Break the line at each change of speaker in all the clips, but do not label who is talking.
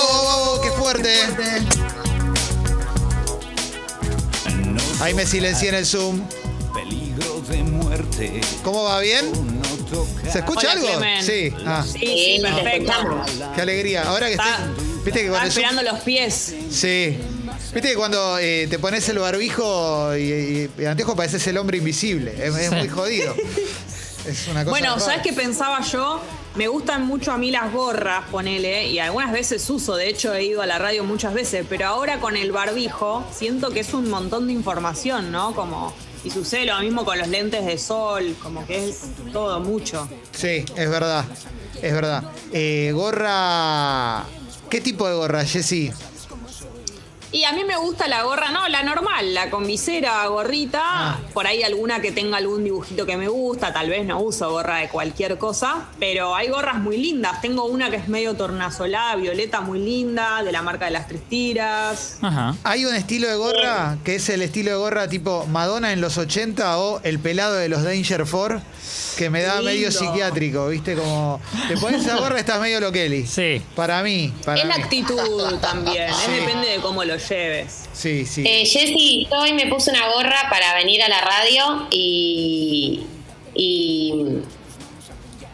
Oh, fuerte. Ahí me silencié en el Zoom.
Peligro de muerte.
¿Cómo va? ¿Bien? ¿Se escucha
Hola,
algo?
Clemen.
Sí. Ah,
Sí, sí,
nos
perfecto.
escuchamos.
qué alegría. Ahora que estoy.
Está-
Viste que con
Estaba
el Zoom-
esperando los pies.
Sí. Viste que cuando eh, te pones el barbijo y, y- y anteojo pareces el hombre invisible. Es, es muy jodido. Es una cosa.
Bueno,
rara.
¿sabes qué pensaba yo? Me gustan mucho a mí las gorras, ponele, y algunas veces uso, de hecho he ido a la radio muchas veces, pero ahora con el barbijo siento que es un montón de información, ¿no? Como, y sucede lo mismo con los lentes de sol, como que es todo mucho.
Sí, es verdad. Es verdad. Eh, gorra. ¿Qué tipo de gorra, Jessy?
Y a mí me gusta la gorra, no, la normal, la con visera, gorrita,
Ah.
por ahí alguna que tenga algún dibujito que me gusta, tal vez no uso gorra de cualquier cosa, pero hay gorras muy lindas. Tengo una que es medio tornasolada, violeta, muy linda, de la marca de las tres tiras.
Ajá.
Hay un estilo de gorra que es el estilo de gorra tipo Madonna en los 80 o el pelado de los Danger Four, que me da
Lindo.
medio psiquiátrico, ¿viste? Como te pones esa gorra estás medio lo Kelly.
Sí.
Para mí, para
es la
mí.
actitud también, es
Sí.
depende de cómo lo lleves.
Sí, sí.
Eh, Jessy, yo hoy me puse una gorra para venir a la radio y, y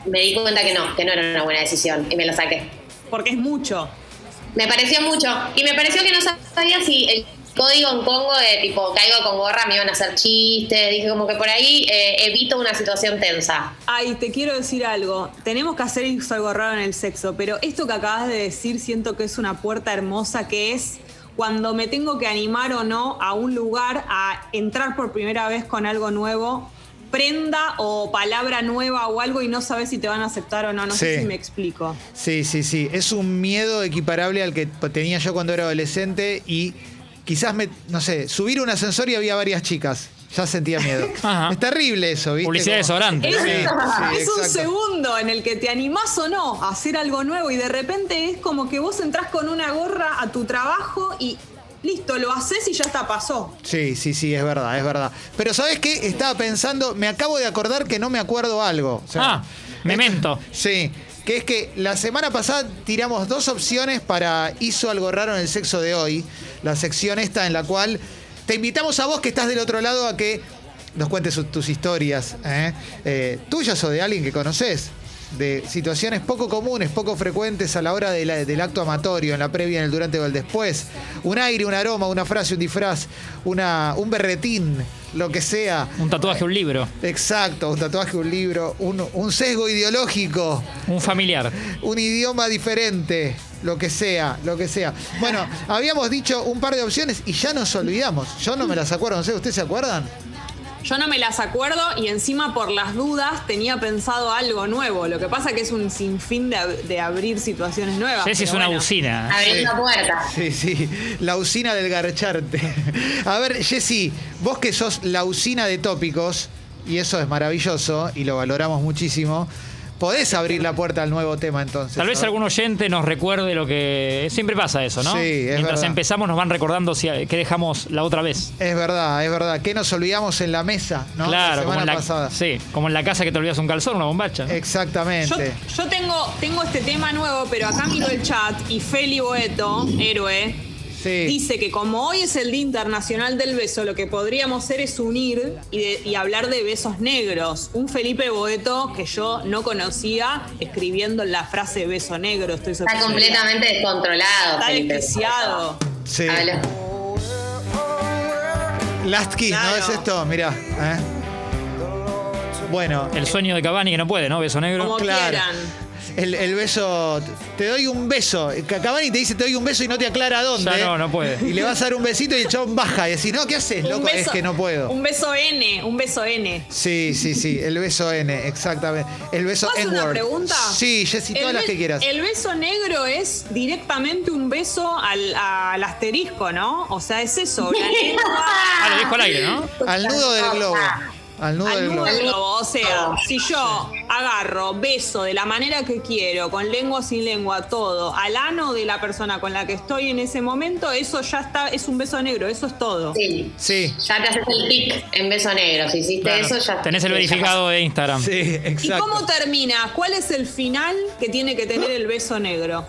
me di cuenta que no, que no era una buena decisión y me la saqué.
Porque es mucho.
Me pareció mucho y me pareció que no sabía si el código en Congo de tipo caigo con gorra me iban a hacer chistes, dije como que por ahí eh, evito una situación tensa.
Ay, te quiero decir algo. Tenemos que hacer algo raro en el sexo, pero esto que acabas de decir siento que es una puerta hermosa que es cuando me tengo que animar o no a un lugar a entrar por primera vez con algo nuevo, prenda o palabra nueva o algo y no sabes si te van a aceptar o no. No sé
Sí.
si me explico.
Sí, sí, sí. Es un miedo equiparable al que p- tenía yo cuando era adolescente y quizás me, no sé, subir un ascensor y había varias chicas. Ya sentía miedo.
Ajá.
Es terrible eso, ¿viste?
Publicidad
Como-
desodorante.
Es,
Sí, sí,
es un
exacto.
segundo en el que te animás o no a hacer algo nuevo y de repente es como que vos entrás con una gorra a tu trabajo y listo, lo haces y ya está, pasó.
Sí, sí, sí, es verdad, es verdad. Pero ¿sabes qué? Estaba pensando, me acabo de acordar que no me acuerdo algo. O sea,
Ah, memento.
Sí, que es que la semana pasada tiramos dos opciones para Hizo algo raro en el sexo de hoy, la sección esta en la cual te invitamos a vos que estás del otro lado a que nos cuentes su- tus historias, ¿eh? Eh, tuyas o de alguien que conoces, de situaciones poco comunes, poco frecuentes a la hora de la- del acto amatorio, en la previa, en el durante o el después. Un aire, un aroma, una frase, un disfraz, una, un berretín, lo que sea.
Un tatuaje, un libro,
Exacto, un tatuaje, un libro, un, un sesgo ideológico,
un familiar.
un idioma diferente, lo que sea, lo que sea. Bueno, habíamos dicho un par de opciones y ya nos olvidamos. Yo no me las acuerdo, no sé, ¿ustedes se acuerdan?
Yo no me las acuerdo y encima por las dudas tenía pensado algo nuevo. Lo que pasa que es un sinfín de, ab- de abrir situaciones
Ah,
nuevas.
Jessy es
pero
una
bueno.
bucina.
Abrí
Sí.
una puerta.
Sí, sí, la usina del garcharte. A ver, Jessy, vos que sos la usina de tópicos, y eso es maravilloso y lo valoramos muchísimo, podés abrir la puerta al nuevo tema entonces.
Tal vez
A ver.
algún oyente nos recuerde lo que. Siempre pasa eso, ¿no?
Sí, es
Mientras
verdad.
empezamos, nos van recordando si, que dejamos la otra vez.
Es verdad, es verdad. Que nos olvidamos en la mesa, ¿no?
claro,
la
como
semana
en la,
pasada. Eh.
Sí, como en la casa que te olvidas un calzón, una bombacha. ¿no?
Yo,
Exactamente.
yo tengo, tengo este tema nuevo, pero acá miro el chat y Feli Boeto, héroe,
Sí.
dice que como hoy es el Día Internacional del Beso, lo que podríamos hacer es unir y, de- y hablar de besos negros. Un Felipe Boeto que yo no conocía escribiendo la frase beso negro. Estoy
Está
sorprendida.
completamente descontrolado.
Está
Felipe.
desquiciado.
Sí.
Habló.
Last Kiss, ¿no
Claro.
es esto? Mirá. ¿eh? Bueno,
El sueño de Cavani que no puede, ¿no? Beso negro.
Como
claro.
quieran.
el, el beso. Te doy un beso. Cavani te dice te doy un beso y no te aclara dónde.
Ya no, no puede.
Y le vas a dar un besito y el chabón baja y decís, no, ¿qué haces,
Un
loco? es
beso-
que no puedo.
Un beso N, un beso N.
Sí, sí, sí. El beso N, exactamente. El beso
¿Puedo hacer
N-word.
una pregunta?
Sí, Jessy, todas
El
las
be-
que quieras.
El beso negro es directamente un beso al, al asterisco, ¿no? O sea, es eso, la lengua
Ah, lo dijo al aire, ¿no?
Al nudo del globo.
ah,
Al nudo
Ah. al
del
nudo del
globo.
globo. O sea, si yo agarro, beso de la manera que quiero, con lengua o sin lengua, todo, al ano de la persona con la que estoy en ese momento, eso ya está, es un beso negro, eso es todo.
Sí.
Sí.
Ya te haces el tic en beso negro. Si hiciste
Claro.
eso, ya.
Tenés el
ya-
verificado de Instagram.
Sí,
¿Y
exacto.
cómo termina? ¿Cuál es el final que tiene que tener el beso negro?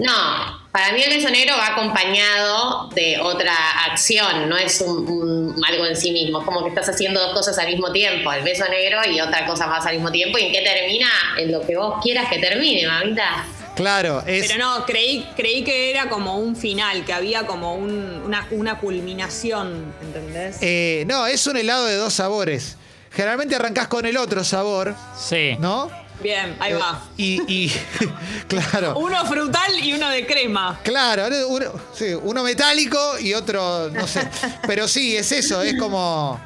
No, para mí el beso negro va acompañado de otra acción, no es un, un- algo en sí mismo, es como que estás haciendo dos cosas al mismo tiempo, el beso negro y otra cosa más al mismo tiempo, y en qué termina, en lo que vos quieras que termine, mamita.
Claro, es.
Pero no, creí, creí que era como un final, que había como un- una, una culminación, ¿entendés?
eh, no, es un helado de dos sabores. Generalmente arrancás con el otro sabor,
Sí.
¿no?
Bien, ahí
eh,
va.
Y, y- claro.
Uno frutal y uno de crema.
Claro, ¿no? uno, sí, uno metálico y otro, no sé. Pero sí, es eso, es como.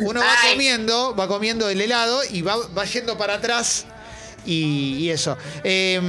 Uno va
Ay.
comiendo, va comiendo el helado y va, va yendo para atrás y, y eso. Eh,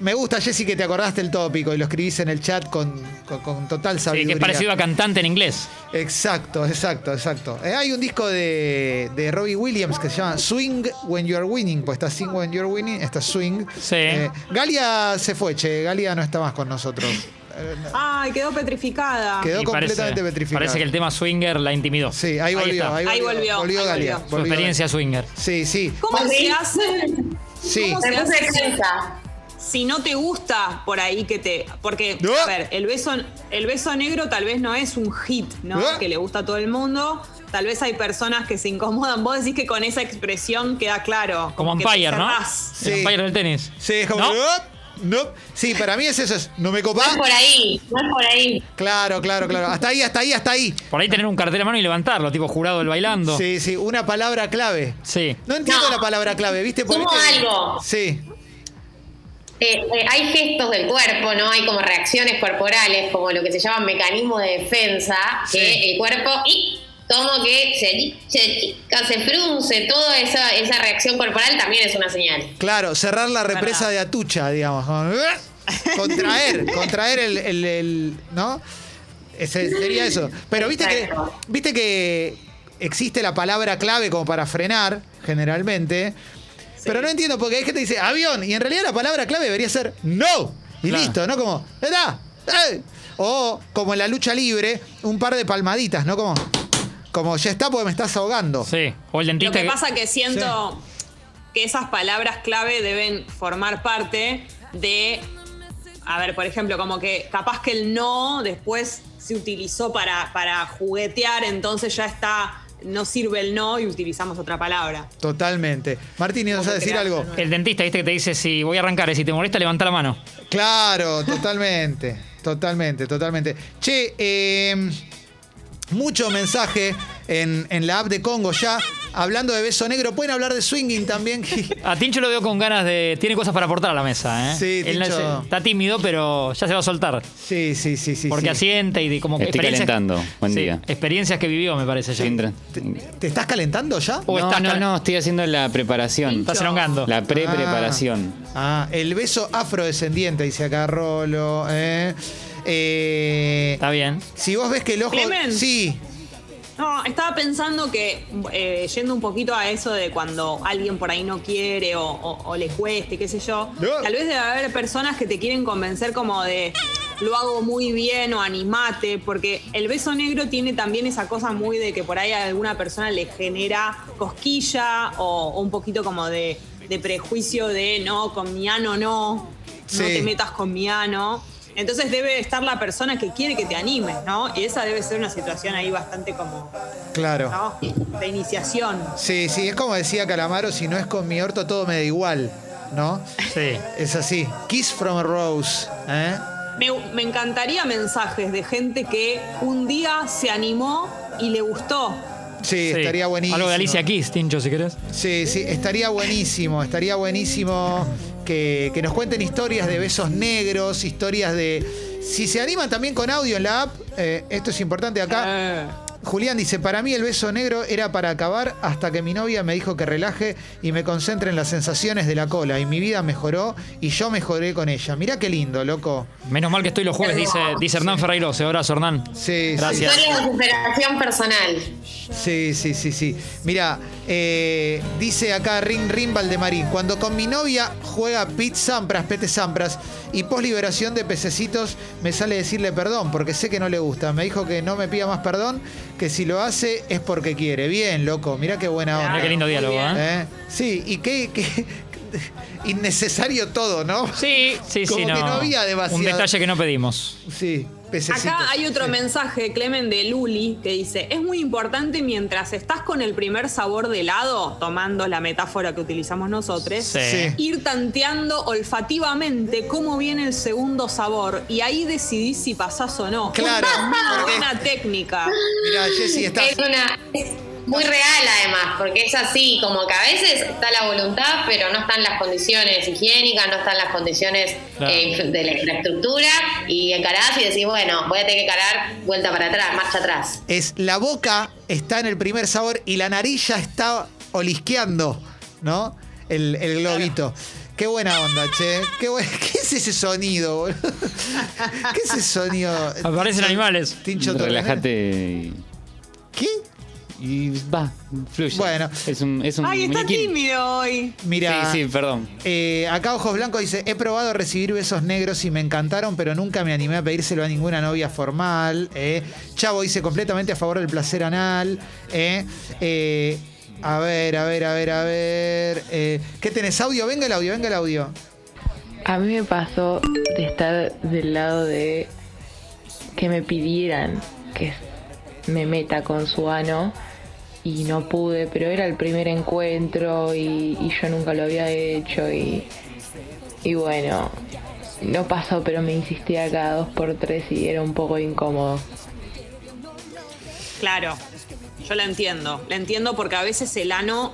me gusta, Jessy, que te acordaste el tópico y lo escribís en el chat con, con- con total
Sí, que
sabiduría.
es parecido a cantante en inglés.
Exacto, exacto, exacto. Eh, hay un disco de, de Robbie Williams que se llama Swing When You're Winning, pues está Swing When You're Winning, está Swing. Eh,
Sí.
Galia se fue, che, Galia no está más con nosotros. Eh, no.
Ay, quedó petrificada.
Quedó
Y
completamente petrificada.
Parece que el tema swinger la intimidó.
Sí, ahí volvió,
está.
ahí volvió.
Ahí volvió, ahí
Galia.
volvió.
Su
volvió
experiencia swinger.
Galia. Sí, sí,
¿Cómo
Ok.
se hace
sí.
¿Cómo
Me
se
puse
hace?
tensa.
si no te gusta por ahí que te. Porque,
No.
a ver, el beso, el beso negro tal vez no es un hit, ¿no?
No.
Que le gusta a todo el mundo. Tal vez hay personas que se incomodan. Vos decís que con esa expresión queda claro.
Como
que te
umpire, ¿no?
cerrás.
Sí.
El umpire del tenis.
Sí, es como.
¿No?
que, uh. "Op, no". Sí, para mí es eso, es, no me
No
copa.
es por ahí, no es por ahí.
Claro, claro, claro. Hasta ahí, hasta ahí, hasta ahí.
Por ahí tener un cartel a mano y levantarlo, tipo jurado el bailando. Sí.
Sí, sí, una palabra clave. No entiendo
No.
la palabra clave, ¿viste? Porque-
Como algo.
Sí.
Eh, eh, hay gestos del cuerpo, ¿no? Hay como reacciones corporales, como lo que se llaman mecanismos de defensa,
Sí.
que el cuerpo y como que se, se, se frunce, toda esa, esa reacción corporal también es una señal.
Claro, cerrar la represa
Verdad.
de Atucha, digamos. como, "Ugh", Contraer, contraer el, el- el- ¿no? Ese- sería eso. Pero viste que,
Exacto.
viste que existe la palabra clave como para frenar, generalmente. Pero no entiendo, porque hay gente que dice avión, y en realidad la palabra clave debería ser no. Y
Claro.
listo, ¿no? Como, "Está, eh". O como en la lucha libre, un par de palmaditas, ¿no? Como, como ya está porque me estás ahogando.
Sí. O el
Lo
dentista
que pasa que siento que esas palabras clave deben formar parte de, a ver, por ejemplo, como que capaz que el no después se utilizó para, para juguetear, entonces ya está, no sirve el no y utilizamos otra palabra.
Totalmente. Martín, ¿ibas a
Como
decir
crear
algo?
una nueva-
El dentista, viste, que te dice si voy a arrancar, y si te molesta, levanta la mano.
Claro, totalmente, totalmente, totalmente. Che, eh, mucho mensaje en, en la app de Congo ya. Hablando de beso negro, pueden hablar de swinging también.
A Tincho lo veo con ganas de. Tiene cosas para aportar a la mesa, ¿eh?
Sí,
Él no es-
Tincho.
está tímido, pero ya se va a soltar.
Sí, sí, sí, sí.
Porque
sí.
asiente y de- como que.
Estoy
experiencias-
calentando. Buen día.
Experiencias que vivió, me parece ya.
Estoy entra-
¿Te, te estás calentando ya?
O
No,
estás
no,
cal-
no, estoy haciendo la preparación.
Estás elongando.
La pre-preparación.
Ah, el beso afrodescendiente, dice acá Rolo. eh. Eh,
Está bien.
si vos ves que el ojo.
Clemen.
Sí,
No, estaba pensando que eh, yendo un poquito a eso de cuando alguien por ahí no quiere o, o- o le cueste, qué sé yo,
No.
tal vez debe haber personas que te quieren convencer como de lo hago muy bien o animate, porque el beso negro tiene también esa cosa muy de que por ahí a alguna persona le genera cosquilla o, o un poquito como de, de prejuicio de no, con mi ano no,
Sí.
no te metas con mi ano. Entonces debe estar la persona que quiere que te animes, ¿no? Y esa debe ser una situación ahí bastante como
claro.
¿no? De iniciación.
Sí, sí, es como decía Calamaro: si no es con mi orto, todo me da igual, ¿no?
Sí.
Es así. Kiss from a Rose. ¿eh?
Me, me encantaría mensajes de gente que un día se animó y le gustó.
Sí,
Sí.
estaría buenísimo.
Algo de Alicia Keys, Tincho, si querés.
Sí, sí, estaría buenísimo. Estaría buenísimo que, que nos cuenten historias de besos negros, historias de. Si se animan también con audio en la app, eh, esto es importante acá.
Eh,
Julián dice, para mí el beso negro era para acabar hasta que mi novia me dijo que relaje y me concentre en las sensaciones de la cola. Y mi vida mejoró y yo mejoré con ella. Mirá qué lindo, loco.
Menos mal que estoy los jueves, dice, dice Hernán Ferreiros. Abrazo, Hernán.
Sí, sí,
Gracias.
Historias de superación personal.
Sí, sí, sí, sí. Mira, dice acá Ring Ring Valdemarín, cuando con mi novia juega Pete Sampras, Pete Sampras, y post liberación de pececitos me sale decirle perdón, porque sé que no le gusta. Me dijo que no me pida más perdón, que si lo hace es porque quiere. Bien, loco, mirá Ah, qué ¿eh? buena onda.
Mirá qué lindo
Muy
diálogo,
bien.
¿eh?
¿Eh? Sí, y qué, qué- innecesario todo, ¿no?
Sí, sí,
Como
sí.
que no había demasiado.
Un detalle que no pedimos.
Sí, pececitos.
Acá hay otro
Sí.
mensaje, Clemen, de Luli, que dice, es muy importante mientras estás con el primer sabor de helado, tomando la metáfora que utilizamos nosotros,
Sí.
Sí.
ir tanteando olfativamente cómo viene el segundo sabor y ahí decidís si pasás o no.
Claro,
Una
porque-
buena técnica.
Mirá, Jessy, estás.
Es una. es muy real además, porque es así, como que a veces está la voluntad, pero no están las condiciones higiénicas, no están las condiciones
Claro.
eh, de la infraestructura, y encarás y decís, bueno, voy a tener que encarar vuelta para atrás, marcha atrás.
Es la boca está en el primer sabor y la nariz ya está olisqueando, ¿no? El, el globito. Qué buena onda, che. Qué, buen- ¿Qué es ese sonido, boludo? ¿Qué es ese sonido?
Aparecen animales.
Tincho Torres.
Relájate
¿Qué?
y, y va, fluye.
Bueno.
Es un, es un
Ay, está
muñequín.
tímido hoy.
Mira.
Sí, sí, perdón.
Eh, acá Ojos Blancos dice, he probado recibir besos negros y me encantaron, pero nunca me animé a pedírselo a ninguna novia formal. eh. Chavo dice, completamente a favor del placer anal. eh. Eh, a ver, a ver, a ver, a ver. eh, ¿Qué tenés? ¿Audio? Venga el audio, venga el audio.
A mí me pasó de estar del lado de que me pidieran que me meta con su ano y no pude, pero era el primer encuentro y, y yo nunca lo había hecho y, y bueno, no pasó, pero me insistía cada dos por tres y era un poco incómodo.
Claro, yo la entiendo. La entiendo porque a veces el ano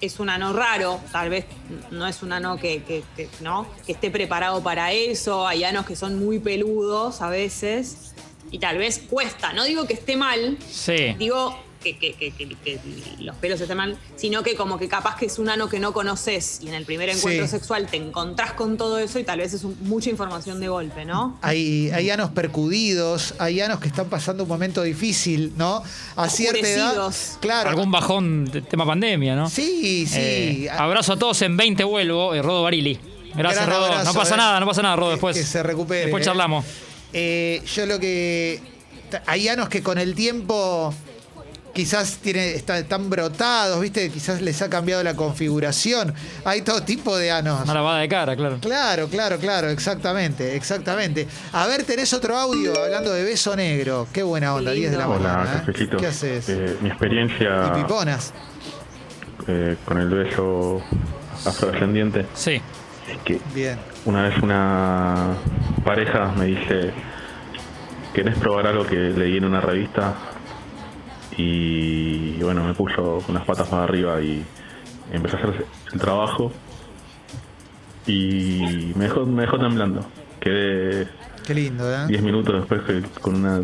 es un ano raro, tal vez no es un ano que, que- que- ¿no? que esté preparado para eso. Hay anos que son muy peludos a veces y tal vez cuesta. No digo que esté mal,
Sí.
digo que, que- que- que- que los pelos estén mal, sino que como que capaz que es un ano que no conoces y en el primer encuentro
Sí.
sexual te encontrás con todo eso y tal vez es un- mucha información de golpe, ¿no?
Hay, hay anos percudidos, hay anos que están pasando un momento difícil, ¿no? A cierta edad.
Oscurecidos.
Claro.
Algún bajón de tema pandemia, ¿no?
Sí, sí.
Eh, abrazo a todos en 20 vuelvo, eh, Rodo Barili. Gracias,
Gran
Rodo.
abrazo,
no pasa
eh.
nada, no pasa nada, Rodo,
Que-
después.
Que se recupere.
Después
eh.
charlamos.
Eh, yo lo que. ta- Hay anos que con el tiempo quizás tiene, está- están brotados, ¿viste? Quizás les ha cambiado la configuración. Hay todo tipo de anos.
Una lavada de cara, claro.
Claro, claro, claro, exactamente, exactamente. A ver, tenés otro audio hablando de beso negro. Qué buena onda,
Qué
10 de la
lindo.
mañana.
Hola,
¿eh?
cafecitos.
¿Qué haces?
Eh, mi
y
experiencia
piponas.
eh, con el beso afrodescendiente
Sí.
es que
Bien.
una vez una pareja me dice, ¿querés probar algo que leí en una revista? Y bueno, me puso con las patas para arriba y empecé a hacer el trabajo y me dejó, me dejó temblando. Quedé
Qué lindo, ¿eh?
10 minutos después que- con una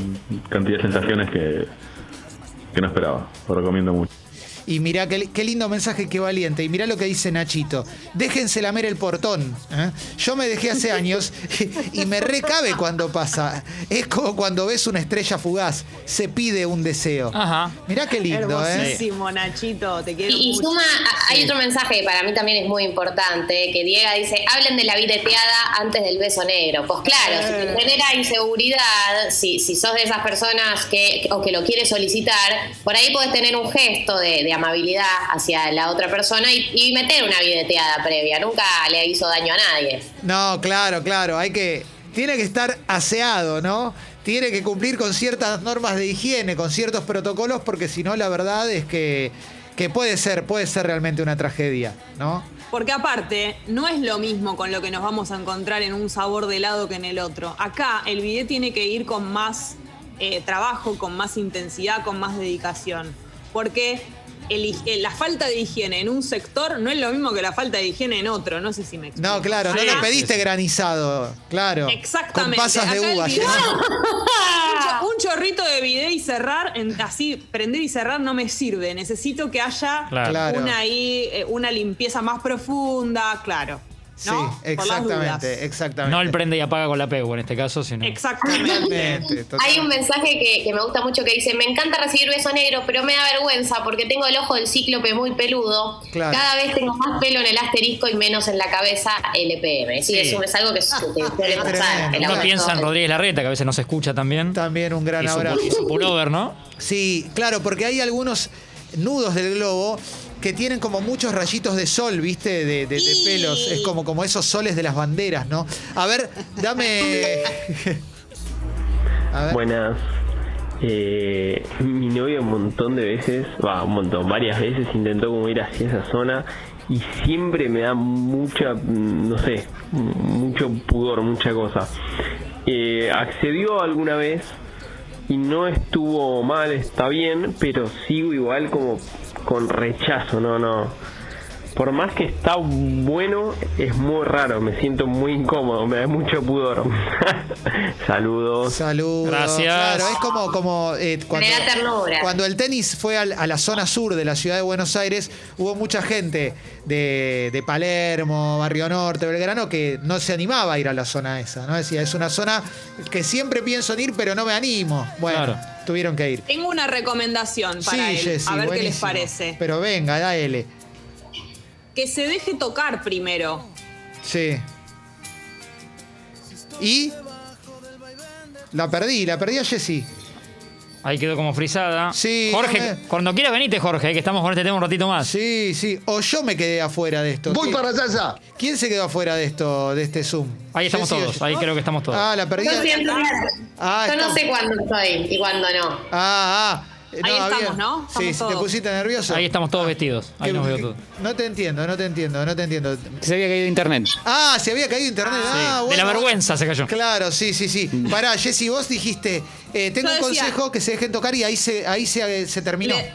cantidad de sensaciones que, que no esperaba. Lo recomiendo mucho.
Y mirá, qué, qué lindo mensaje, qué valiente. Y mirá lo que dice Nachito. Déjense lamer el portón. ¿eh? Yo me dejé hace años y me recabe cuando pasa. Es como cuando ves una estrella fugaz. Se pide un deseo.
Ajá.
Mirá qué lindo, ¿eh?
Hermosísimo, Nachito, te quiero
Y, y
mucho.
suma, a- hay otro mensaje que para mí también es muy importante, que Diego dice, hablen de la bileteada antes del beso negro. Pues claro, si te genera inseguridad, si, si sos de esas personas que, o que lo quieres solicitar, por ahí podés tener un gesto de, de amabilidad hacia la otra persona y, y meter una bileteada previa. Nunca le hizo daño a nadie.
No, claro, claro. Hay que. Tiene que estar aseado, ¿no? Tiene que cumplir con ciertas normas de higiene, con ciertos protocolos, porque si no, la verdad es que, que puede ser, puede ser realmente una tragedia, ¿no?
Porque aparte, no es lo mismo con lo que nos vamos a encontrar en un sabor de helado que en el otro. Acá el bidet tiene que ir con más eh, trabajo, con más intensidad, con más dedicación. Porque el hi- eh, la falta de higiene en un sector no es lo mismo que la falta de higiene en otro. No sé si me explico.
No, claro, no
Acá-
le pediste granizado, claro.
Exactamente.
Con pasas de
Acá el
uva.
video-
¿no?
Un cho- Un chorrito de bidet y cerrar, en- así prender y cerrar no me sirve. Necesito que haya
Claro.
Claro.
una ahí, eh, una limpieza más profunda, claro.
Sí,
¿no? Por las
exactamente,
dudas.
exactamente.
No el prende y apaga con la pego en este caso, sino.
Exactamente.
Totalmente, totalmente.
Hay un mensaje que, que me gusta mucho que dice, me encanta recibir beso negro, pero me da vergüenza porque tengo el ojo del cíclope muy peludo.
Claro.
Cada vez tengo más pelo en el asterisco y menos en la cabeza LPM. Sí,
Sí.
eso es algo que su- que suele
Ah, Es
pasar.
tremendo.
el
Uno
No
abrazo.
piensa en Rodríguez Larreta, que a veces no se escucha también.
También un gran
Y su-
abrazo.
y su pullover, ¿no?
Sí, claro, porque hay algunos nudos del globo que tienen como muchos rayitos de sol, ¿viste? De, de- de
Sí.
pelos. Es como, como esos soles de las banderas, ¿no? A ver, dame. A ver.
Buenas. Eh, mi novia un montón de veces, va, un montón, varias veces intentó como ir hacia esa zona y siempre me da mucha, mm, no sé, mm, mucho pudor, mucha cosa. Eh, accedió alguna vez y no estuvo mal, está bien, pero sigo igual como con rechazo, no, no. Por más que está bueno, es muy raro, me siento muy incómodo, me da mucho pudor. Saludos.
Saludos.
Gracias.
Claro, es como, como eh, cuando,
Me da ternura.
cuando el tenis fue al- a la zona sur de la ciudad de Buenos Aires, hubo mucha gente de, de Palermo, Barrio Norte, Belgrano, que no se animaba a ir a la zona esa, ¿no? Decía, es una zona que siempre pienso en ir, pero no me animo. Bueno,
Claro.
tuvieron que ir.
Tengo una recomendación para él,
Jessy,
a ver qué les
buenísimo.
parece.
Pero venga, da L.
Que se deje tocar primero.
Sí. Y. La perdí, la perdí a Jessy.
Ahí quedó como frisada.
Sí,
Jorge,
dame.
cuando quieras venite, Jorge, que estamos con este tema un ratito más.
Sí, sí. O yo me quedé afuera de esto.
Voy
¿Qui-
para allá ya.
¿Quién se quedó afuera de esto, de este Zoom?
Ahí estamos
Jessy,
todos,
o-
ahí creo que estamos todos.
Ah, la perdí.
Yo siento raro.
Ah,
Yo no
estamos-
sé cuándo estoy y cuándo no.
Ah, ah. Eh,
Ahí estamos,
sí,
¿no? Estamos
si te
todos.
pusiste nervioso.
ahí estamos todos vestidos.
Que-
Ahí nos veo
que-
todos.
No te entiendo, no te entiendo, no te entiendo.
Se había caído internet.
Ah, se había caído internet.
Sí,
Ah,
De la
bueno.
vergüenza se cayó.
Claro, sí, sí, sí.
Mm.
Pará, Jessy, vos dijiste, eh, tengo
Yo
un
decía-
consejo que se dejen tocar y ahí se, ahí se, se terminó.
Le-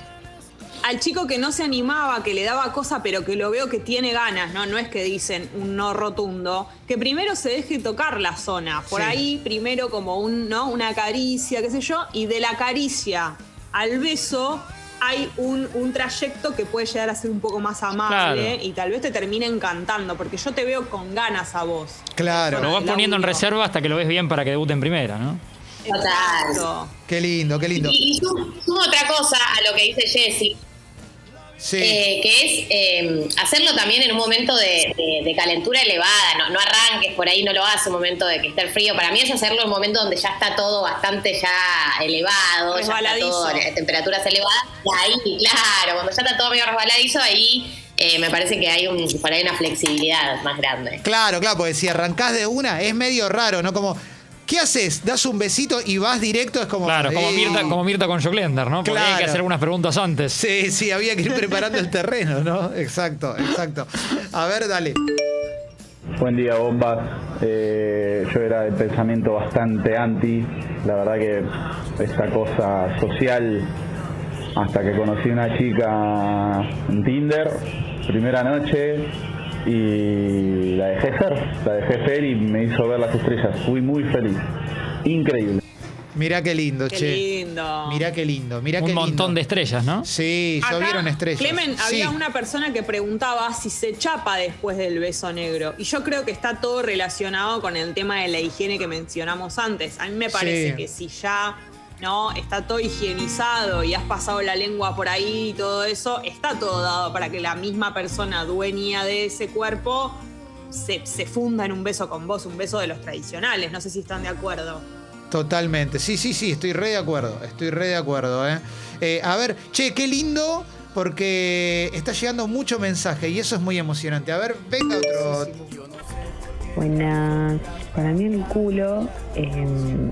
al chico que no se animaba, que le daba cosa, pero que lo veo que tiene ganas, ¿no? No es que dicen un no rotundo, que primero se deje tocar la zona. Por
Sí.
ahí, primero como un, ¿no? Una caricia, qué sé yo, y de la caricia al beso hay un, un trayecto que puede llegar a ser un poco más amable
Claro.
y tal vez te termine encantando, porque yo te veo con ganas a vos.
Claro.
Lo vas
Laura.
poniendo en reserva hasta que lo ves bien para que debute en primera, ¿no?
Total.
Exacto.
Qué lindo, qué lindo.
Y, y sumo sumo otra cosa a lo que dice Jessy,
Sí.
eh, que es eh, hacerlo también en un momento de, de- de calentura elevada, no, no arranques por ahí, no lo hagas en un momento de que esté el frío. Para mí es hacerlo en un momento donde ya está todo bastante ya elevado, ya está
Resbaladizo.
todo eh, temperaturas elevadas. Y ahí, claro, cuando ya está todo medio resbaladizo, ahí eh, me parece que hay un, por ahí una flexibilidad más grande.
Claro, claro, porque si arrancás de una es medio raro, ¿no? Como, ¿qué haces? Das un besito y vas directo, es como.
Claro, como
Sí.
Mirta, como Mirta con Joclender, ¿no? Porque hay que
Claro.
hacer algunas preguntas antes.
Sí, sí, había que ir preparando el terreno, ¿no? Exacto, exacto. A ver, dale.
Buen día, bombas. Eh, yo era de pensamiento bastante anti. La verdad que esta cosa social, hasta que conocí una chica en Tinder, primera noche, y la dejé ser. La dejé ser y me hizo ver las estrellas. Fui muy feliz. Increíble.
Mirá qué lindo,
Qué
che.
lindo.
Mirá qué lindo, mirá qué
Un
lindo.
montón de estrellas, ¿no?
Sí, ya
Acá,
vieron estrellas.
Clemen, había
Sí.
una persona que preguntaba si se chapa después del beso negro. Y yo creo que está todo relacionado con el tema de la higiene que mencionamos antes. A mí me parece
Sí.
que si ya no está todo higienizado y has pasado la lengua por ahí y todo eso, está todo dado para que la misma persona dueña de ese cuerpo se, se funda en un beso con vos, un beso de los tradicionales. No sé si están de acuerdo.
Totalmente. Sí, sí, sí, estoy re de acuerdo. Estoy re de acuerdo, ¿eh? Eh, a ver, che, qué lindo, porque está llegando mucho mensaje y eso es muy emocionante. A ver, venga otro.
Buenas. Para mí el culo, em,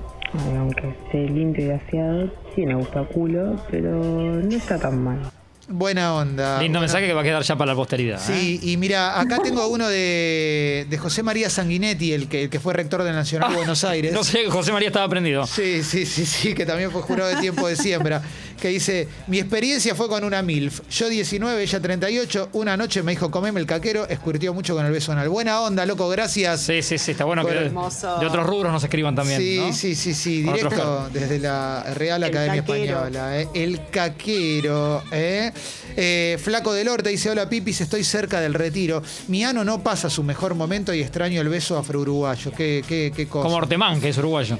aunque esté limpio y aseado, tiene gusto a culo, pero no está tan mal.
Buena onda.
Lindo
Buena-
mensaje que va a quedar ya para la posteridad. ¿eh?
Sí, y mira, acá tengo uno de, de José María Sanguinetti, el que, el que fue rector del Nacional de Buenos Aires.
No sé, José María estaba prendido.
Sí, sí, sí, sí, que también fue jurado de tiempo de siembra. Que dice, mi experiencia fue con una MILF. Yo 19, ella 38. Una noche me dijo, comeme el caquero. Escurtió mucho con el beso anal. Buena onda, loco, gracias.
Sí, sí, sí, está bueno que
Por
de,
hermoso.
de otros rubros nos escriban también.
sí,
¿no?
sí, sí, sí,
Con otros
directo desde la Real Academia
caquero.
Española. ¿eh? El caquero. ¿eh? Eh, Flaco del Horta dice, hola Pipis, estoy cerca del retiro. Mi ano no pasa su mejor momento y extraño el beso afro-uruguayo. Qué, qué, qué cosa.
Como Ortemán, que es uruguayo.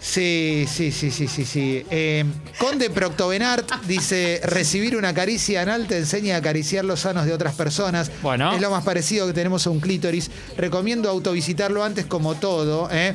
Sí, sí, sí, sí, sí, sí. Eh, Conde Proctovenart dice, recibir una caricia anal te enseña a acariciar los sanos de otras personas.
Bueno.
Es lo más parecido que tenemos a un clítoris. Recomiendo autovisitarlo antes como todo. ¿eh?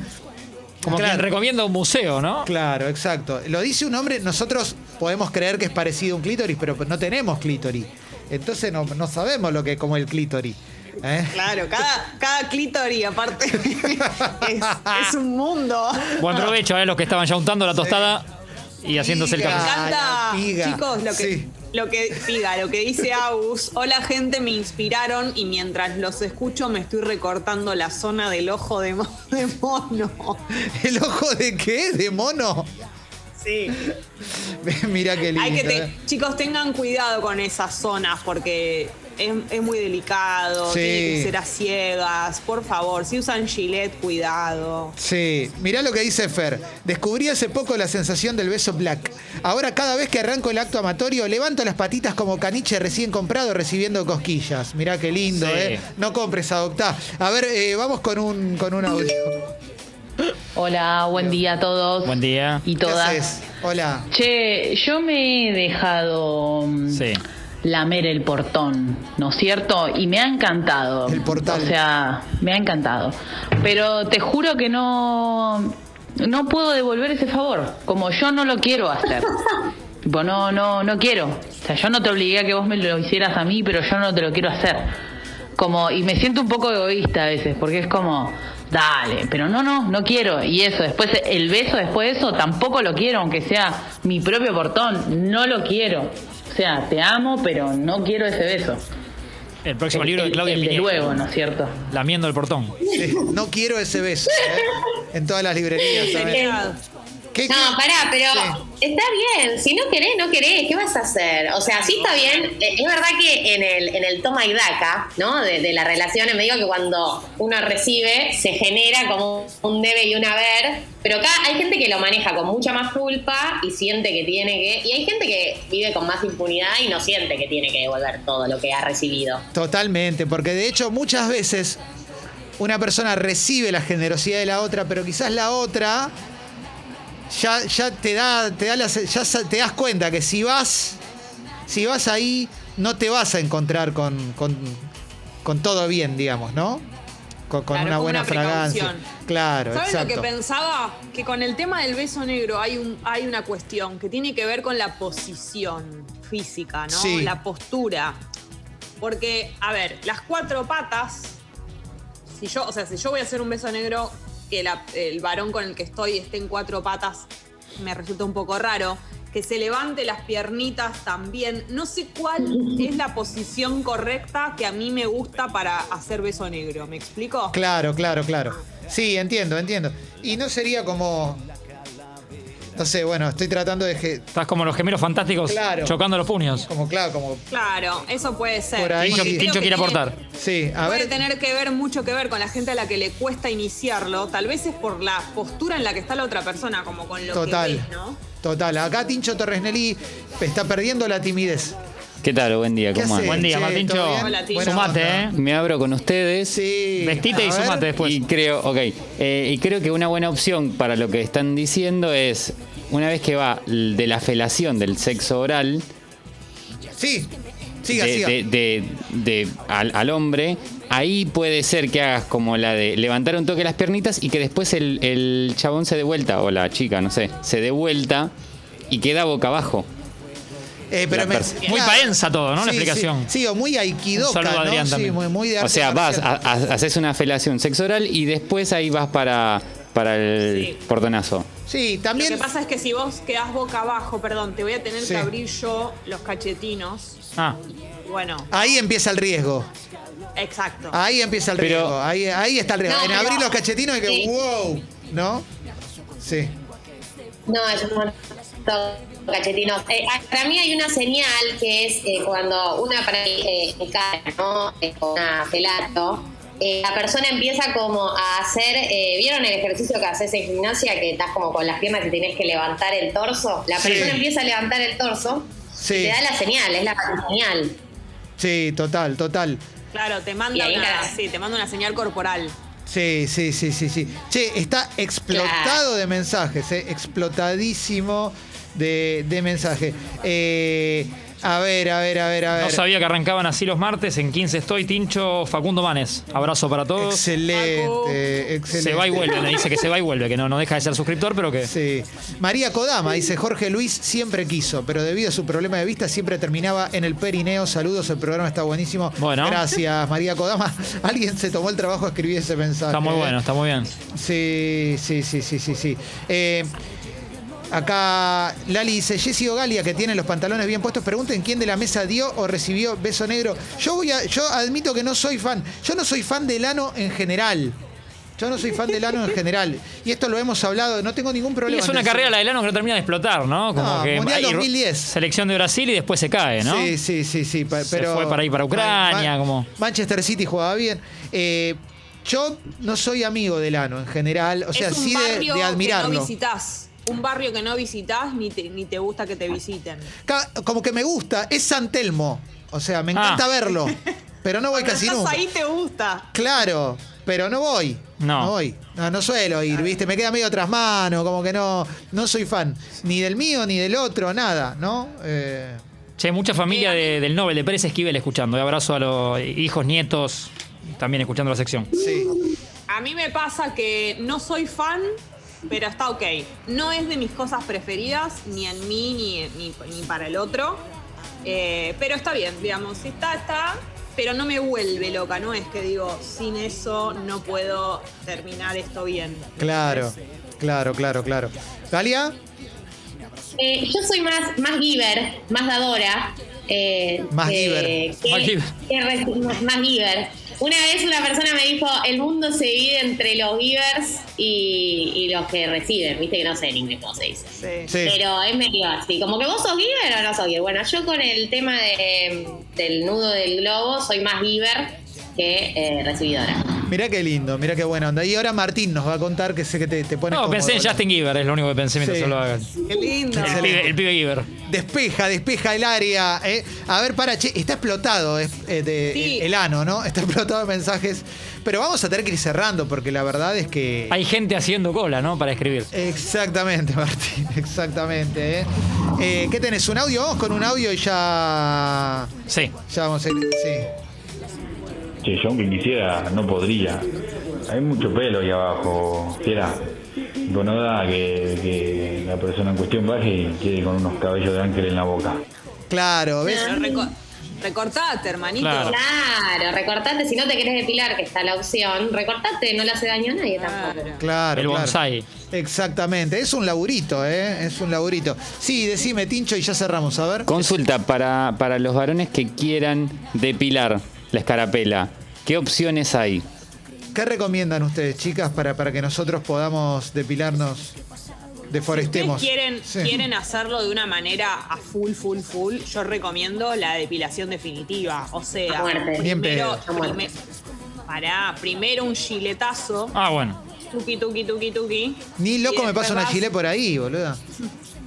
Como
Claro.
quien recomienda un museo, ¿no?
Claro, exacto. Lo dice un hombre, nosotros podemos creer que es parecido a un clítoris, pero no tenemos clítoris. Entonces no, no sabemos lo que es como el clítoris. ¿eh?
Claro, cada, cada clítoris aparte es, es un mundo.
Buen provecho, ¿eh? Los que estaban ya untando la tostada y haciéndose el
Me
Piga.
café.
encanta,
Ah, la piga.
chicos, lo que,
Sí.
lo que piga, lo que dice Agus. Hola gente, me inspiraron y mientras los escucho me estoy recortando la zona del ojo de, mo- de mono.
¿El ojo de qué? ¿De mono?
Sí.
Mira qué lindo.
Hay que te-
¿eh?
chicos, tengan cuidado con esas zonas porque es, es muy delicado,
Sí.
tiene que ser a ciegas, por favor. Si usan gilet, cuidado.
Sí, mirá lo que dice Fer. Descubrí hace poco la sensación del beso black. Ahora cada vez que arranco el acto amatorio, levanto las patitas como caniche recién comprado recibiendo cosquillas. Mirá qué lindo,
Sí.
¿eh? No compres, adoptá. A ver, eh, vamos con un, con un audio.
Hola, buen día a todos.
Buen día.
Y
¿Qué
todas.
haces? Hola.
Che, yo me he dejado mm,
Sí.
lamer el portón, ¿no es cierto? Y me ha encantado.
El portal.
O sea, me ha encantado. Pero te juro que no no puedo devolver ese favor, como yo no lo quiero hacer. Tipo, no, no, no quiero. O sea, yo no te obligué a que vos me lo hicieras a mí, pero yo no te lo quiero hacer. Como, y me siento un poco egoísta a veces, porque es como, dale, pero no, no, no quiero. Y eso, después, el beso después de eso, tampoco lo quiero, aunque sea mi propio portón, no lo quiero. O sea, te amo, pero no quiero ese beso.
El próximo libro de Claudia
el, el de
Piñeiro.
luego, ¿no es cierto?
Lamiendo el portón.
Sí, No quiero ese beso, ¿eh? En todas las librerías. ¿sabes?
Seriedad.
¿Qué- qué-
No, pará, pero
Sí.
está bien. Si no querés, no querés. ¿Qué vas a hacer? O sea, sí está bien. Eh, Es verdad que en el, en el toma y daca, ¿no? De, de las relaciones, me digo que cuando uno recibe, se genera como un debe y un haber. Pero acá hay gente que lo maneja con mucha más culpa y siente que tiene que. Y hay gente que vive con más impunidad y no siente que tiene que devolver todo lo que ha recibido.
Totalmente, porque de hecho muchas veces una persona recibe la generosidad de la otra, pero quizás la otra ya, ya te da, te da la se- ya sa- te das cuenta que si vas, si vas ahí, no te vas a encontrar con, con- con todo bien, digamos, ¿no? Con, con
Claro,
una
como
buena
una
fragancia.
precaución.
Claro,
¿Saben
exacto.
lo que pensaba? Que con el tema del beso negro hay, un, hay una cuestión que tiene que ver con la posición física, ¿no?
Sí.
La postura. Porque, a ver, las cuatro patas, si yo, o sea, si yo voy a hacer un beso negro, que la- el varón con el que estoy esté en cuatro patas, me resulta un poco raro. Que se levante las piernitas también. No sé cuál es la posición correcta que a mí me gusta para hacer beso negro. ¿Me explico?
Claro, claro, claro. Sí, entiendo, entiendo. Y no sería como. No sé, bueno, estoy tratando de. que-
Estás como los gemelos fantásticos
Claro.
chocando los puños.
Como, claro, como
Claro, eso puede ser.
Por ahí.
Tincho,
Sí.
Tincho
Creo que
quiere
tiene-
aportar.
Sí, a
puede
ver.
tener que ver mucho que ver con la gente a la que le cuesta iniciarlo, tal vez es por la postura en la que está la otra persona, como con lo que
Total.
ves, ¿no?
Total. Acá Tincho Torres Nelly está perdiendo la timidez.
¿Qué tal? Buen día,
¿Qué
¿cómo
hace?
andan?
Buen día,
Che,
Martincho.
¿todo bien?
Hola, Tincho.
Buena
Sumate,
onda.
¿eh?
Me abro con ustedes.
Sí.
Vestite
A
y
ver.
sumate después.
Y creo, ok, eh, y creo que una buena opción para lo que están diciendo es, una vez que va l- de la felación del sexo oral,
Sí. Siga,
de-
siga.
de- de- de- al, al hombre, ahí puede ser que hagas como la de levantar un toque las piernitas y que después el, el chabón se dé vuelta, o la chica, no sé, se dé vuelta y queda boca abajo.
Eh, pero
la
me-
pers-
Muy paenza todo, ¿no? La
Sí,
explicación.
Sí, Sí, o muy aikidoka,
Un saludo a
¿no?
Adrián
sí,
también.
muy, muy de
O
arte
sea, vas,
marcial.
ha- ha- haces una felación sexo oral y después ahí vas para, para el
Sí.
portonazo.
Sí,
Lo que
también.
pasa es que si vos quedás boca abajo, perdón, te voy a tener
Sí.
que abrir yo los cachetinos.
Ah,
Bueno,
Ahí empieza el riesgo.
exacto.
Ahí empieza el
Pero-
riesgo. ahí, ahí está el riesgo.
No,
en
pero-
abrir los cachetinos y que,
Sí.
wow, ¿no? Sí.
No, es un montón cachetino. Eh, para mí hay una señal que es eh, cuando una para mí, eh, en cara, ¿no? Eh, Una pelato. eh, la persona empieza como a hacer, eh, ¿vieron el ejercicio que haces en gimnasia? Que estás como con las piernas y tenés que levantar el torso. La
Sí.
persona empieza a levantar el torso
Sí.
y te da la señal, es la señal.
Sí, total, total.
Claro, te
Y
manda
ahí
una,
la-
sí, te manda una señal corporal.
Sí, sí, sí, sí, sí. Che, está explotado de mensajes, eh, explotadísimo de, de mensajes. Eh, A ver, a ver, a ver, a ver.
No sabía que arrancaban así los martes. En 15 estoy, Tincho Facundo Manes. Abrazo para todos.
Facu.
Excelente, excelente.
Se va y vuelve, me dice que se va y vuelve, que no, no deja de ser suscriptor, pero que.
Sí. María Kodama dice, Jorge Luis siempre quiso, pero debido a su problema de vista siempre terminaba en el perineo. Saludos, el programa está buenísimo.
Bueno.
Gracias, María Kodama. Alguien se tomó el trabajo de escribir ese mensaje.
Está muy bueno, está muy bien.
Sí, sí, sí, sí, sí, sí. Eh, acá Lali dice, Jessy Ogalia, que tiene los pantalones bien puestos, pregunten quién de la mesa dio o recibió beso negro. Yo voy a, yo admito que no soy fan. Yo no soy fan del ano en general. Yo no soy fan del ano en general. Y esto lo hemos hablado, no tengo ningún
Y
problema.
es
en
una
decirlo.
carrera la de Lano que no termina de explotar, ¿no? Como
No,
que
Mundial
hay ru-
2010.
selección de Brasil y después se cae, ¿no?
Sí, sí, sí, sí. pa-
Se
pero-
fue para ahí, para Ucrania, como-
Manchester City jugaba bien. Eh, yo no soy amigo del ano en general, o sea,
es un
sí de- de,
barrio que no
admirarlo.
visitás. Un barrio que no visitás ni te, ni te gusta que te visiten.
Ca- Como que me gusta, es San Telmo. O sea, me encanta
Ah.
verlo. Pero no voy
Cuando
casi
estás
nunca.
ahí te gusta.
Claro, pero no voy.
No.
voy. No, no suelo ir, ¿viste? Me queda medio tras mano, como que no, no soy fan. Ni del mío, ni del otro, nada, ¿no? Eh,
Che, mucha familia de- del Nobel de Pérez Esquivel escuchando. Y abrazo a los hijos, nietos, también escuchando la sección.
sí.
A mí me pasa que no soy fan, pero está ok. No es de mis cosas preferidas, ni en mí, ni, ni, ni para el otro. Eh, pero está bien, digamos, si está, está. Pero no me vuelve loca, no es que digo, sin eso no puedo terminar esto bien.
Claro, claro, claro, claro. Galia,
Eh, yo soy más, más giver, más dadora. eh,
Más
que-
giver.
que-
Más giver.
que reci- más giver. Una vez una persona me dijo, el mundo se divide entre los givers y, y los que reciben. Viste que no sé en inglés cómo se dice.
Sí.
sí.
Pero es medio así, como que vos sos giver o no sos giver. Bueno, yo con el tema de, del nudo del globo soy más giver que eh, recibidora.
Mirá qué lindo, mirá qué buena onda. Y ahora Martín nos va a contar que sé que te, te pone.
No,
cómodo,
pensé en
¿no?
Justin Giver, es lo único que pensé mientras
Sí.
se lo hagan.
Qué lindo.
El pibe, el pibe Giver.
Despeja, despeja el área. ¿eh? A ver, para, che, está explotado eh, eh, de-
Sí.
el, el ano, ¿no? Está explotado de mensajes. Pero vamos a tener que ir cerrando porque la verdad es que.
Hay gente haciendo cola, ¿no? Para escribir.
Exactamente, Martín, exactamente. ¿eh? Eh, ¿Qué tenés? ¿Un audio? Vamos con un audio y ya.
Sí.
Ya vamos a ir. Sí.
Che, yo aunque quisiera, no podría. Hay mucho pelo ahí abajo, fiera. Tipo, no da que, que la persona en cuestión baje y quede con unos cabellos de ángel en la boca.
Claro, ¿ves?
Pero reco- recortate, hermanito.
Claro.
Claro, recortate, si no te querés depilar, que está la opción, recortate, no le hace daño a nadie tampoco.
Claro.
Claro.
El
claro.
bonsai.
Exactamente, es un laburito, ¿eh? Es un laburito. Sí, decime, Tincho, y ya cerramos, a ver.
Consulta para, para los varones que quieran depilar la escarapela. ¿Qué opciones hay?
¿Qué recomiendan ustedes, chicas, para, para que nosotros podamos depilarnos, deforestemos?
ustedes quieren,
Sí.
quieren hacerlo de una manera a full, full, full, yo recomiendo la depilación definitiva. O sea,
A muerte.
Bien
primero,
pedo.
A muerte.
prime- pará, primero un giletazo,
Ah, bueno.
tuqui, tuqui, tuqui, tuqui.
Ni loco
Y
me pasa
después
una
vas-
chile por ahí, boluda.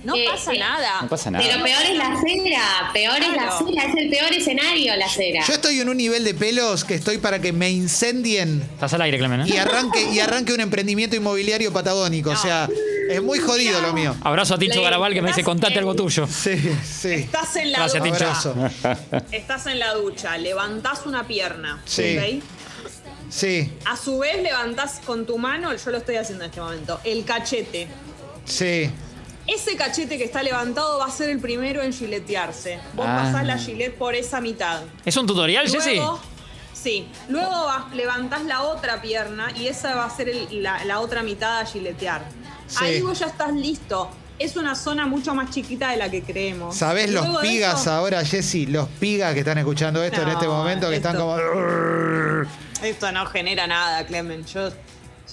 No
Eh,
pasa
eh,
nada.
No pasa nada.
Pero peor es la cera, peor es la
Claro.
cera, es el peor escenario la cera.
Yo estoy en un nivel de pelos que estoy para que me incendien
Estás al aire, Clemen. ¿eh?
y arranque, y arranque un emprendimiento inmobiliario patagónico. O sea, es muy jodido lo mío.
Abrazo a Tincho
Le-
Garabal que me dice,
estás-
contate algo tuyo.
Sí, sí.
Estás en la
Gracias,
ducha.
Abrazo.
Estás en la ducha, levantás una pierna.
Sí.
¿ok?
Sí,
A su vez levantás con tu mano, yo lo estoy haciendo en este momento, el cachete.
sí.
Ese cachete que está levantado va a ser el primero en giletearse. Vos
Ah.
pasás la gilet por esa mitad.
¿Es un tutorial, Jessy?
Luego, sí. Luego vas- levantás la otra pierna y esa va a ser el- la, la otra mitad a giletear.
Sí.
Ahí vos ya estás listo. Es una zona mucho más chiquita de la que creemos.
¿Sabés los
Luego de
pigas
eso-
ahora, Jessy? Los pigas que están escuchando esto en
No,
este momento, que están
esto-
como.
Esto no genera nada, Clemen. Yo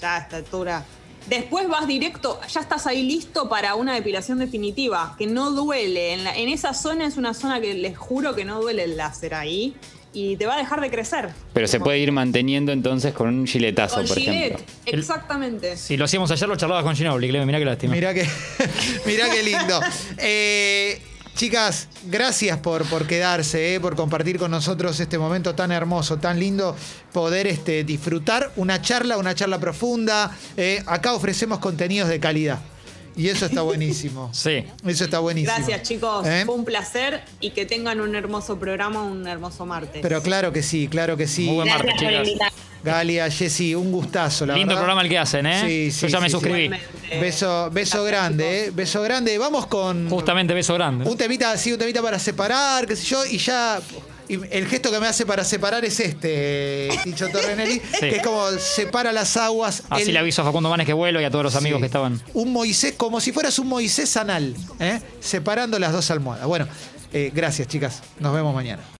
ya a esta altura. Después vas directo, ya estás ahí listo para una depilación definitiva, que no duele. En, la- en esa zona es una zona que les juro que no duele el láser ahí y te va a dejar de crecer.
Pero se puede ir manteniendo entonces con un chiletazo,
Con
por
Gillette,
ejemplo.
exactamente.
Si lo hacíamos ayer, lo charlabas con Ginobili, Clemen. Mirá qué lástima.
Mirá que, mirá qué lindo. Eh, chicas, gracias por, por quedarse, eh, por compartir con nosotros este momento tan hermoso, tan lindo, poder este, disfrutar una charla, una charla profunda. eh, acá ofrecemos contenidos de calidad. Y eso está buenísimo.
Sí.
Eso está buenísimo.
Gracias, chicos.
¿Eh?
Fue un placer y que tengan un hermoso programa, un hermoso martes.
Pero claro que sí, claro que sí.
Muy buen martes,
Gracias por
chicas.
invitar.
Galia, Jessy, un gustazo, la
Lindo
verdad.
programa el que hacen, ¿eh?
Sí, sí,
Yo ya me
sí,
suscribí.
Igualmente.
Beso, beso
Gracias,
grande,
chicos.
¿eh? Beso grande. Vamos con
Justamente beso grande.
un temita así, un temita para separar, qué sé yo, y ya. y el gesto que me hace para separar es este, Ticho Torrenelli, que es como separa las aguas.
Así
el-
le aviso a Facundo Manes que vuelo y a todos los amigos
Sí.
que estaban.
Un Moisés, como si fueras un Moisés anal, ¿eh? separando las dos almohadas. Bueno, eh, gracias, chicas. Nos vemos mañana.